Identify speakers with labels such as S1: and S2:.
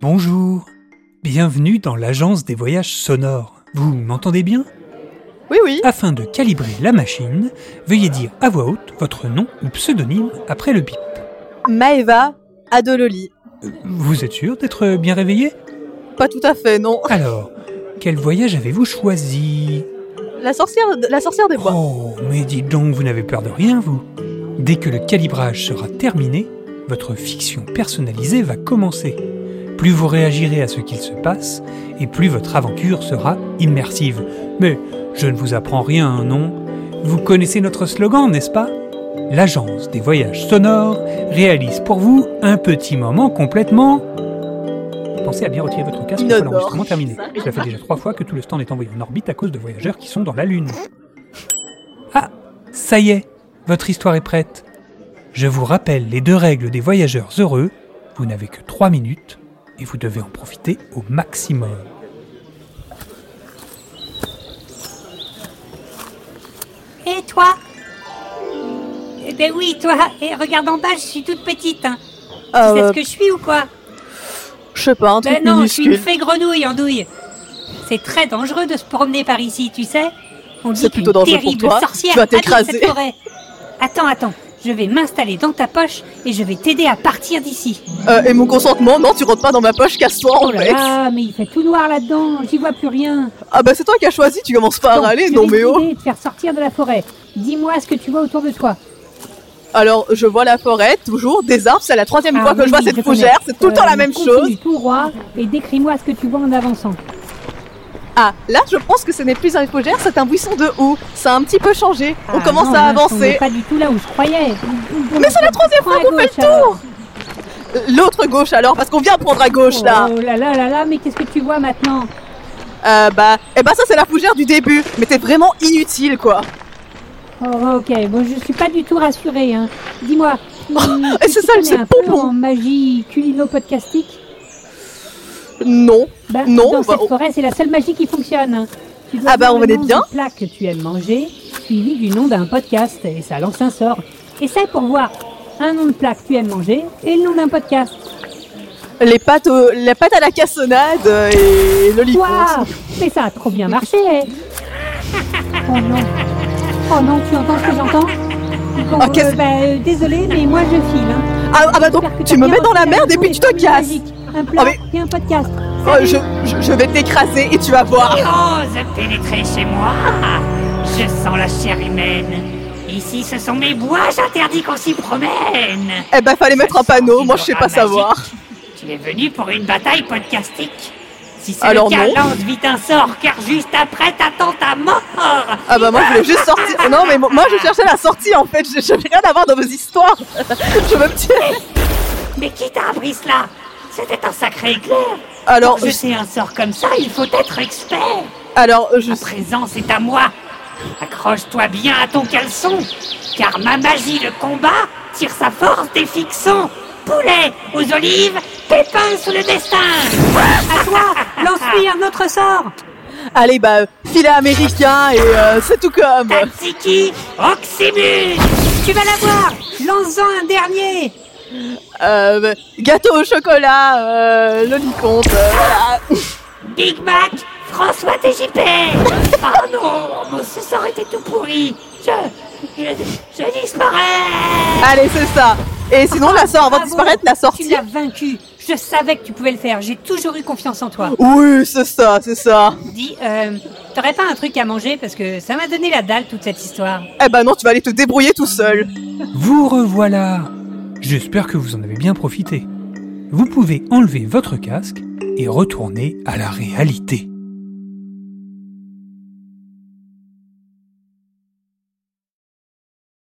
S1: Bonjour, bienvenue dans l'agence des voyages sonores. Vous m'entendez bien
S2: Oui, oui.
S1: Afin de calibrer la machine, veuillez dire à voix haute votre nom ou pseudonyme après le bip.
S2: Maeva Adololi.
S1: Euh, Vous êtes sûr d'être bien réveillé
S2: Pas tout à fait, non.
S1: Alors, quel voyage avez-vous choisi
S2: La sorcière, la sorcière des bois.
S1: Oh, mais dites donc, vous n'avez peur de rien, vous. Dès que le calibrage sera terminé, votre fiction personnalisée va commencer. Plus vous réagirez à ce qu'il se passe, et plus votre aventure sera immersive. Mais je ne vous apprends rien, non Vous connaissez notre slogan, n'est-ce pas L'agence des voyages sonores réalise pour vous un petit moment complètement... Pensez à bien retirer votre casque une fois
S2: Inodore.
S1: l'enregistrement terminé. Cela fait déjà trois fois que tout le stand est envoyé en orbite à cause de voyageurs qui sont dans la Lune. Ah, ça y est, votre histoire est prête. Je vous rappelle les deux règles des voyageurs heureux. Vous n'avez que trois minutes et vous devez en profiter au maximum.
S3: Et toi Eh ben oui, toi. Et regarde en bas, je suis toute petite. Hein.
S2: Ah,
S3: tu sais
S2: euh,
S3: ce que je suis ou quoi
S2: je sais pas, un truc
S3: Ben non, je suis une
S2: minuscule.
S3: fée grenouille en douille. C'est très dangereux de se promener par ici, tu sais. On dit
S2: C'est plutôt
S3: qu'une
S2: dangereux pour
S3: terrible
S2: toi.
S3: sorcière
S2: Tu vas
S3: habite
S2: t'écraser.
S3: cette forêt. Attends, attends. Je vais m'installer dans ta poche et je vais t'aider à partir d'ici.
S2: Euh, et mon consentement, non, tu rentres pas dans ma poche, casse-toi en
S3: Oh là
S2: fait.
S3: là, mais il fait tout noir là-dedans. J'y vois plus rien.
S2: Ah bah c'est toi qui as choisi, tu commences pas à
S3: Bon,
S2: râler,
S3: je
S2: non
S3: vais
S2: mais oh.
S3: t'aider à te faire sortir de la forêt. Dis-moi ce que tu vois autour de toi.
S2: Alors je vois la forêt, toujours, des arbres, c'est la troisième
S3: Ah
S2: fois que
S3: oui,
S2: je vois
S3: oui, je
S2: cette
S3: connais.
S2: fougère, c'est tout le temps
S3: Euh,
S2: la même
S3: continue
S2: chose.
S3: tout droit et décris-moi ce que tu vois en avançant.
S2: Ah, là je pense que ce n'est plus un fougère, c'est un buisson de houx. Ça a un petit peu changé, on
S3: Ah
S2: commence
S3: non,
S2: à
S3: mince, on n'est
S2: avancer.
S3: pas du tout là où je croyais.
S2: Mais c'est la troisième
S3: Prends
S2: fois
S3: à
S2: qu'on fait le
S3: gauche, alors.
S2: tour L'autre gauche alors, parce qu'on vient prendre à gauche là.
S3: Oh là là là là, mais qu'est-ce que tu vois maintenant
S2: Euh, bah, eh bah ça c'est la fougère du début, mais t'es vraiment inutile quoi.
S3: Oh ok, bon je suis pas du tout rassurée. Hein. Dis-moi, tu-
S2: et
S3: tu
S2: c'est ça,
S3: connais
S2: c'est
S3: un peu
S2: bonbon.
S3: en magie culino-podcastique
S2: Non.
S3: Bah,
S2: Non,
S3: Dans
S2: bah,
S3: cette
S2: on-
S3: forêt, c'est la seule magie qui fonctionne. hein. Tu dois
S2: Ah bah,
S3: dire
S2: on
S3: le
S2: est
S3: nom
S2: bien.
S3: du plat que tu aimes manger, suivi du nom d'un podcast, et ça lance un sort. Essaye pour voir un nom de plat que tu aimes manger et le nom d'un podcast.
S2: Les pâtes, au- les pâtes à la cassonade euh, et le licorne.
S3: Waouh Mais ça a trop bien marché hein. Oh non Oh non, tu entends ce que j'entends Bon,
S2: Oh, qu'est-ce-
S3: euh, bah, euh, Désolé, mais moi je file. hein.
S2: Ah, ah bah donc,
S3: J'espère que
S2: tu
S3: t'as
S2: me
S3: bien
S2: mets dans la
S3: retenu
S2: merde et
S3: leçon
S2: puis
S3: des
S2: tu te
S3: formules
S2: casses.
S3: magiques. Un plat
S2: Oh, mais-
S3: et un podcast.
S2: Oh, je, je- je vais t'écraser et tu vas voir.
S4: Ose pénétrer chez moi Je sens la chair humaine. Ici, ce sont mes bois, j'interdis qu'on s'y promène.
S2: Eh ben, fallait mettre un panneau, moi je sais pas
S4: Ah,
S2: savoir.
S4: Tu es venu pour une bataille podcastique Si c'est
S2: Alors
S4: le cas,
S2: non.
S4: lance vite un sort, car juste après, t'attends ta mort
S2: Ah bah moi je voulais juste sortir. Non mais moi je cherchais la sortie en fait, je, je vais rien avoir dans vos histoires. je veux me tirer.
S4: Mais qui t'a appris cela C'était un sacré éclair
S2: Alors,
S4: Je
S2: je-
S4: sais un sort comme ça, il faut être expert
S2: alors je...
S4: À présent, c'est à moi. Accroche-toi bien à ton caleçon, car ma magie de combat tire sa force des fictions. Poulet aux olives, pépins sous le destin.
S3: À toi Lance-lui un autre sort
S2: allez bah filet américain et euh, c'est tout comme.
S4: Tatsiki, Oxymus.
S3: Tu vas l'avoir Lance-en un dernier
S2: Euh, gâteau au chocolat, euh, le licorne. euh, voilà.
S4: Big Mac, François TJP Oh non, mon ce sort était tout pourri Je... je... je disparais
S2: Allez c'est ça. Et sinon la sort va
S3: Bravo,
S2: disparaître, la
S3: ah Tu
S2: sortie.
S3: l'as vaincu Je savais que tu pouvais le faire, j'ai toujours eu confiance en toi.
S2: Oui c'est ça, c'est ça.
S3: Dis, euh, t'aurais pas un truc à manger parce que ça m'a donné la dalle toute cette histoire.
S2: Eh ben non, tu vas aller te débrouiller tout seul.
S1: Vous revoilà J'espère que vous en avez bien profité. Vous pouvez enlever votre casque et retourner à la réalité.